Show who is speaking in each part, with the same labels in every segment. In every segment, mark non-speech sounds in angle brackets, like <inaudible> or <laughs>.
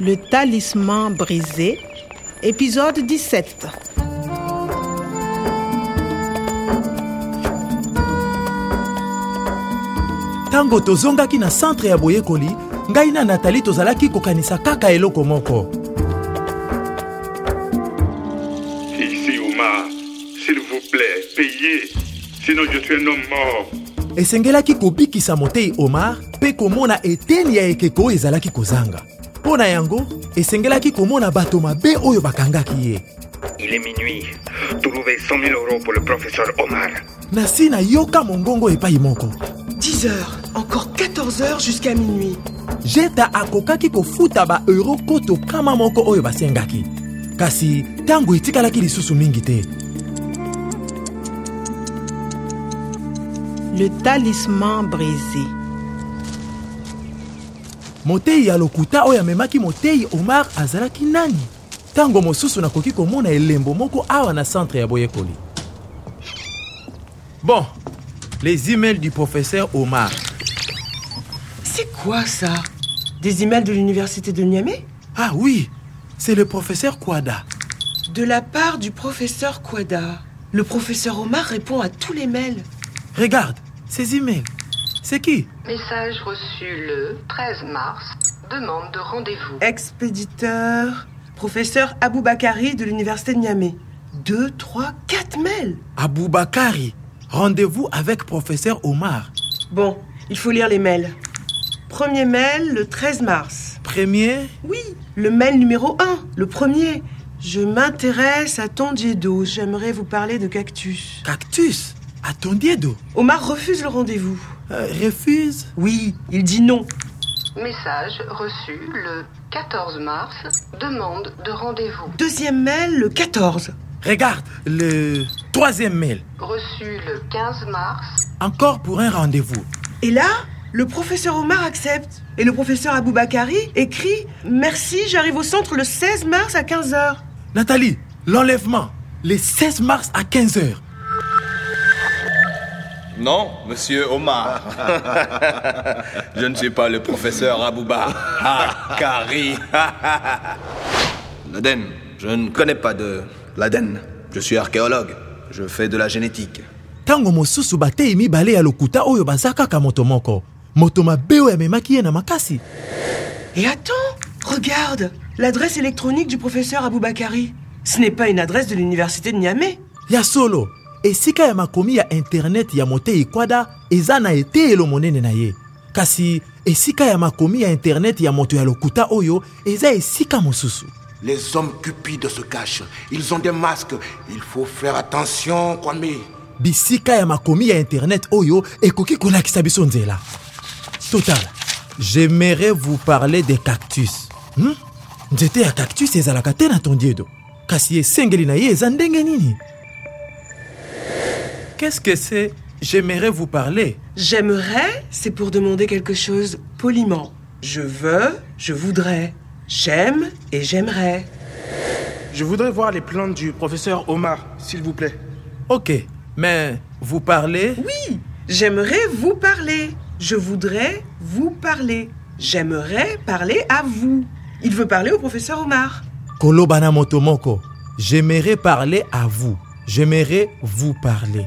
Speaker 1: Le talisman brisé, épisode 17.
Speaker 2: ntango tozongaki na centre ya boyekoli ngai na nathalie tozalaki kokanisa kaka eloko moko
Speaker 3: Ici, Ouma, s'il vous plaît, payez. Sinon, je suis un homme mort.
Speaker 2: esengelaki kobikisa motei omar mpe komona eteni ya ekeko oyo ezalaki kozanga mpo na yango esengelaki komona bato mabe oyo bakangaki ye
Speaker 4: Il est minuit. Trouvez 100 000 euros pour le professeur Omar.
Speaker 2: na si nayoka mongongo epai moko
Speaker 5: 10 heures, encore 14 heures jusqu'à minuit.
Speaker 2: jeta akokaki kofuta baeuro koto nkama moko oyo basengaki kasi ntango etikalaki lisusu mingi te
Speaker 1: Le talisman brisé.
Speaker 2: motei ya lokuta oyo amemaki motei omar azalaki nani ntango mosusu nakoki komona elembo moko awa na centre ya boyekoli bon les emails du professeur omar
Speaker 5: C'est quoi ça Des emails de l'université de Niamey
Speaker 2: ah oui c'est le professeur kwada
Speaker 5: De la part du professeur Kwada. Le professeur Omar répond à tous les mails.
Speaker 2: regarde ces emails c'est qui
Speaker 6: Message reçu le 13 mars. Demande de rendez-vous.
Speaker 5: Expéditeur, professeur Aboubakari de l'université de Niamey. 2, 3, 4 mails.
Speaker 2: aboubakari rendez-vous avec professeur omar
Speaker 5: Bon, il faut lire les mails. Premier mail le 13 mars.
Speaker 2: premier
Speaker 5: Oui, le mail numéro 1, le premier. Je m'intéresse à Tondiedo, j'aimerais vous parler de cactus.
Speaker 2: cactus atondiedo
Speaker 5: Omar refuse le rendez-vous.
Speaker 2: euh, refuse
Speaker 5: Oui, il dit non.
Speaker 6: Message reçu le 14 mars. Demande de rendez-vous.
Speaker 5: Deuxième mail le 14.
Speaker 2: regarde le troisième mail
Speaker 6: Reçu le 15 mars.
Speaker 2: encore pour un rendez-vous
Speaker 5: Et là, le professeur Omar accepte. Et le professeur Aboubakari écrit Merci, j'arrive au centre le 16 mars à 15h.
Speaker 2: Nathalie, l'enlèvement, le 16 mars à 15h.
Speaker 7: Non, monsieur Omar. <laughs> Je ne suis pas le professeur Abouba. Ah, Kari. <laughs> L'Aden. Je ne connais pas de l'Aden. Je suis archéologue. Je fais de la génétique.
Speaker 2: ntango mosusu batei mibale ya lokuta oyo baza kaka moto moko moto mabe oyo amemaki ye na makasi
Speaker 5: Et attends, regarde l'adresse électronique du professeur Aboubakari. Ce n'est pas une adresse de l'université de Niamey.
Speaker 2: ya solo esika ya makomi ya internet ya motei kwada eza na eteyelo monene na ye kasi esika ya makomi ya internet ya moto ya lokuta oyo eza esika mosusu
Speaker 8: Les hommes cupides se cachent. Ils ont des masques. Il faut faire attention, Kwame.
Speaker 2: bisika ya makomi ya internet oyo ekoki kolakisa biso nzela total j'aimerais vous parler de cactus hmm? nzete ya cactus ezalaka te na tondiedo kasi esengeli na ye eza ndenge nini qu'est-ce que c'est j'aimerais vous parler
Speaker 5: J'aimerais, c'est pour demander quelque chose poliment. Je veux, je voudrais. J'aime et j'aimerais.
Speaker 9: Je voudrais voir les plantes du professeur Omar, s'il vous plaît.
Speaker 2: ok mais vous parlez
Speaker 5: Oui, j'aimerais vous parler. Je voudrais vous parler. J'aimerais parler à vous. Il veut parler au professeur Omar.
Speaker 2: koloba na moto moko j'aimerais parler à vous j'aimerais vous parler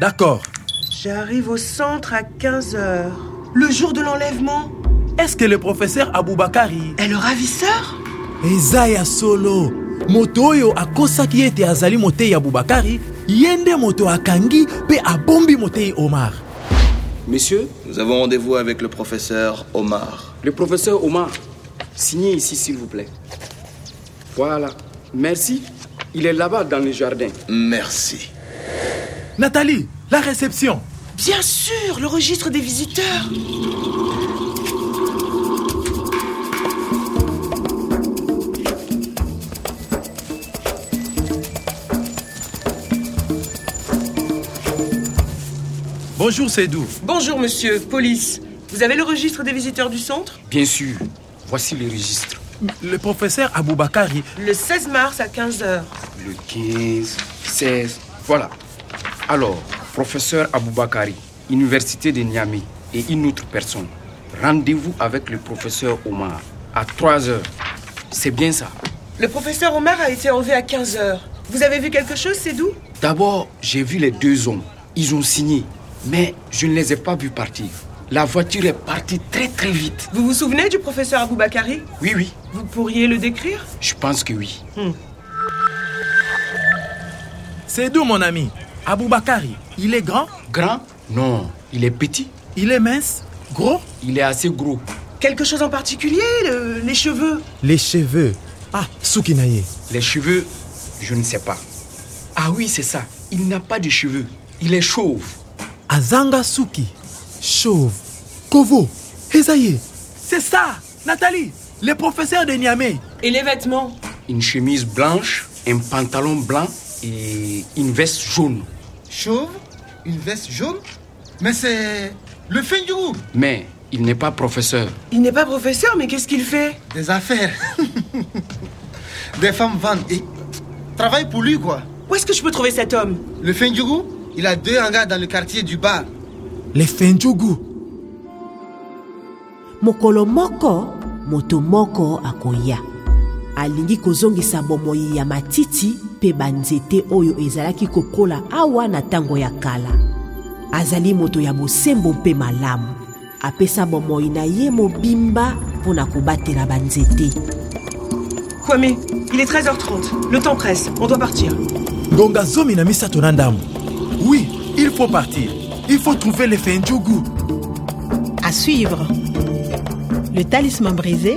Speaker 2: d'accord
Speaker 5: J'arrive au centre à 15h. Le jour de l'enlèvement.
Speaker 2: est-ce que le professeur aboubakari
Speaker 5: Et le ravisseur
Speaker 2: eza ya solo moto oyo akosaki ete azali motei abubakari ye nde moto akangi mpe abombi motei omar
Speaker 10: Monsieur,
Speaker 7: Nous avons rendez-vous avec le professeur Omar.
Speaker 10: le professeur Omar, signez ici s'il vous plaît. Voilà. Merci. Il est là-bas dans le jardin.
Speaker 7: Merci.
Speaker 2: nathalie la réception
Speaker 5: Bien sûr, le registre des visiteurs.
Speaker 2: bonjour sedou
Speaker 5: Bonjour monsieur, police. Vous avez le registre des visiteurs du centre
Speaker 10: Bien sûr. Voici le registre.
Speaker 2: le professeur abubakari
Speaker 5: Le 16 mars à 15h.
Speaker 10: Le 15, 16. Voilà. Alors, professeur Aboubakari, Université de Niamey et une autre personne. Rendez-vous avec le professeur Omar à 3 heures. C'est bien ça.
Speaker 5: Le professeur Omar a été enlevé à 15h. Vous avez vu quelque chose, Sédou
Speaker 10: D'abord, j'ai vu les deux hommes. Ils ont signé, mais je ne les ai pas vus partir. La voiture est partie très très vite.
Speaker 5: Vous vous souvenez du professeur Aboubakari
Speaker 10: Oui, oui,
Speaker 5: Vous pourriez le décrire
Speaker 10: je pense que oui.
Speaker 2: C'est d'où, mon ami Aboubakari, il est grand,
Speaker 10: Grand Non, il est petit.
Speaker 2: il est mince, gros
Speaker 10: Il est assez gros.
Speaker 5: Quelque chose en particulier le- Les cheveux
Speaker 2: Les cheveux. Ah, Soukinaye.
Speaker 10: Les cheveux, je ne sais pas. Ah oui, c'est ça. Il n'a pas de cheveux. Il est chauve.
Speaker 2: Azanga Suki. Chauve. Kovo. Esaïe. C'est ça, Nathalie, le professeur de Niamey.
Speaker 5: Et les vêtements
Speaker 10: Une chemise blanche, un pantalon blanc et une veste jaune.
Speaker 11: Chauve, une veste jaune, mais c'est le fin du groupe
Speaker 10: Mais il n'est pas professeur.
Speaker 5: Il n'est pas professeur, mais qu'est-ce qu'il fait
Speaker 11: des affaires. <laughs> des femmes vendent et travaillent pour lui, quoi.
Speaker 5: Où est-ce que je peux trouver cet homme
Speaker 11: Le fin du groupe, il a deux hangars dans le quartier du bar.
Speaker 2: Les Fendjougou.
Speaker 12: mokolo moko moto moko akoya alingi kozongisa bomoi ya matiti mpe banzete oyo ezalaki kokola awa na ntango ya kala azali moto ya bosembo mpe malamu apesa bomoi na ye mobimba mpo na kobatela banzete
Speaker 5: Kwame, il est 13h30. Le temps presse, on doit partir.
Speaker 2: Ngonga zomi na misato na ndambo. Oui, il faut partir. Il faut trouver les Fendjougou.
Speaker 1: À suivre. Le Talisman brisé,